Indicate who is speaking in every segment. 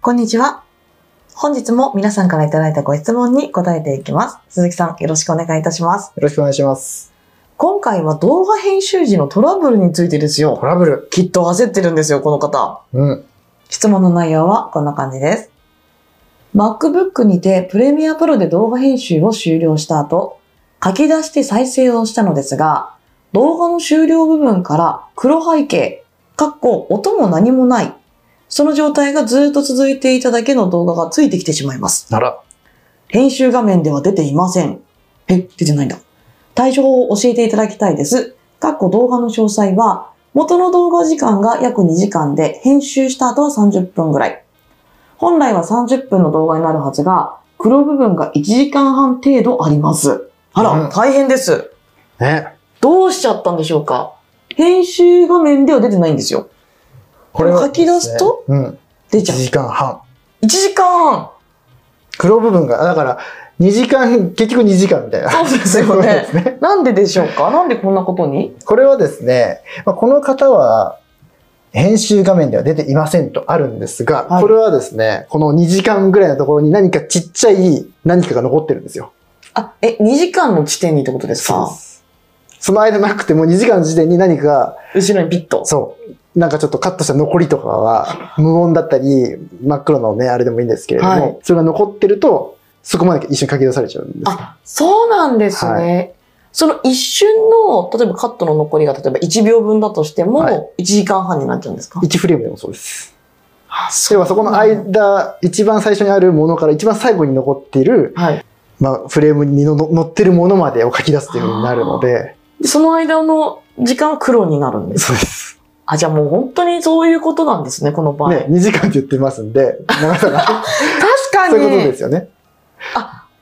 Speaker 1: こんにちは。本日も皆さんからいただいたご質問に答えていきます。鈴木さん、よろしくお願いいたします。
Speaker 2: よろしくお願いします。
Speaker 1: 今回は動画編集時のトラブルについてですよ。
Speaker 2: トラブル。
Speaker 1: きっと焦ってるんですよ、この方。
Speaker 2: うん。
Speaker 1: 質問の内容はこんな感じです。MacBook にて Premiere Pro で動画編集を終了した後、書き出して再生をしたのですが、動画の終了部分から黒背景、かっこ音も何もない、その状態がずっと続いていただけの動画がついてきてしまいます。
Speaker 2: なら。
Speaker 1: 編集画面では出ていません。え、出てないんだ。対処法を教えていただきたいです。かっこ動画の詳細は、元の動画時間が約2時間で、編集した後は30分ぐらい。本来は30分の動画になるはずが、黒部分が1時間半程度あります。あら、
Speaker 2: うん
Speaker 1: 大変です。
Speaker 2: ね。
Speaker 1: どうしちゃったんでしょうか編集画面では出てないんですよ。
Speaker 2: こ
Speaker 1: 書き出すと
Speaker 2: うん。
Speaker 1: 出
Speaker 2: 1
Speaker 1: ちゃう。
Speaker 2: 時間半。
Speaker 1: 1時間
Speaker 2: 黒部分が、だから、2時間、結局2時間みたいな。
Speaker 1: 半 そうです
Speaker 2: そう
Speaker 1: よ
Speaker 2: で
Speaker 1: ね
Speaker 2: す。ね。
Speaker 1: なんででしょうかなんでこんなことに
Speaker 2: これはですね、まあ、この方は、編集画面では出ていませんとあるんですが、
Speaker 1: はい
Speaker 2: これはですね、この2時間ぐらいのところに何かちっちゃい何かが残ってるんですよ。
Speaker 1: あ、え、2時間の地点にってことですか
Speaker 2: です。その間なくても2時間の時点に何かが
Speaker 1: 後ろにピッと。
Speaker 2: そう。なんかちょっとカットした残りとか は、無音だったり、真っ黒のね、あれでもいいんですけれども、
Speaker 1: はい
Speaker 2: それが残ってると、そこまで一瞬書き出されちゃうんです。
Speaker 1: あ、そうなんですね。
Speaker 2: は
Speaker 1: その一瞬の、例えばカットの残りが例えば1秒分だとして
Speaker 2: は
Speaker 1: も、1時間半になっちゃうんですか、
Speaker 2: 1フレームでもそうです。
Speaker 1: あ、そ
Speaker 2: ではそこの。間、一番最初にあるものから一番最後に残っている、
Speaker 1: はい。
Speaker 2: まあ、フレームにのの乗ってるものまでを書き出すというようになるので、
Speaker 1: でその間の時間は黒になるんです。
Speaker 2: そうです。
Speaker 1: あ、じゃあもう本当にそういうことなんですね、この場合。
Speaker 2: ね、2時間って言ってますんで、長さが、
Speaker 1: 確かに。
Speaker 2: そういうことですよね。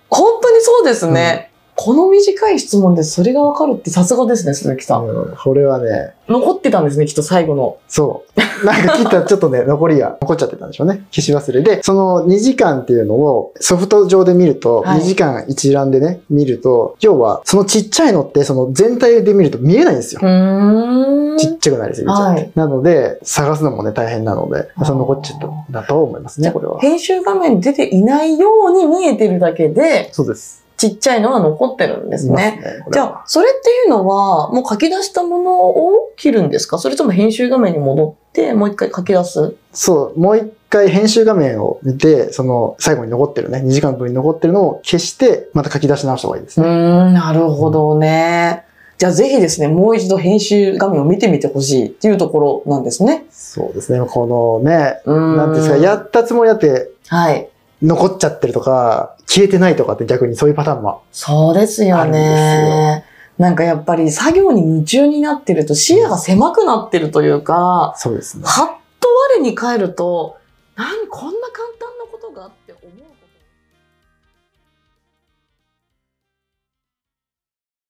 Speaker 1: 本当にそうですね。この短い質問でそれがわかるってさすがですね、鈴木さん。
Speaker 2: うんこれはね、
Speaker 1: 残ってたんですね、きっと最後の。
Speaker 2: そう。なんか切ったらちょっとね、残りが残っちゃってたんでしょうね。消し忘れで、その2時間っていうのをソフト上で見ると、
Speaker 1: はい
Speaker 2: 2時間一覧でね、見ると、要はそのちっちゃいのってその全体で見ると見えないんですよ
Speaker 1: う。ーん。
Speaker 2: ちっちゃくなりすぎちゃう。
Speaker 1: はい
Speaker 2: なので、探すのもね、大変なので、
Speaker 1: あー
Speaker 2: その残っちゃったんだと思いますね、これは。
Speaker 1: 編集画面に出ていないように見えてるだけで、
Speaker 2: そうです。
Speaker 1: ちっちゃいのは残ってるんですね。
Speaker 2: いますね
Speaker 1: じゃあ、それっていうのは、もう書き出したものを切るんですかそれとも編集画面に戻って、もう一回書き出す
Speaker 2: そう、もう一回編集画面を見て、その最後に残ってるね、2時間分に残ってるのを消して、また書き出し直した方がいいです
Speaker 1: う
Speaker 2: ね。
Speaker 1: ーん、なるほどね。じゃあ、ぜひですね、もう一度編集画面を見てみてほしいっていうところなんですね。
Speaker 2: そうですね、このね、
Speaker 1: うーん。
Speaker 2: なんていうんですか、やったつもりだって
Speaker 1: はい。
Speaker 2: 残っちゃってるとか、消えてないとかって逆にそういうパターンも。
Speaker 1: そうですよ
Speaker 2: あ
Speaker 1: ね。なんかやっぱり作業に夢中になってると視野が狭くなってるというか、
Speaker 2: そうですね
Speaker 1: はっと我に返ると、何こんな簡単なことがあって思うことが。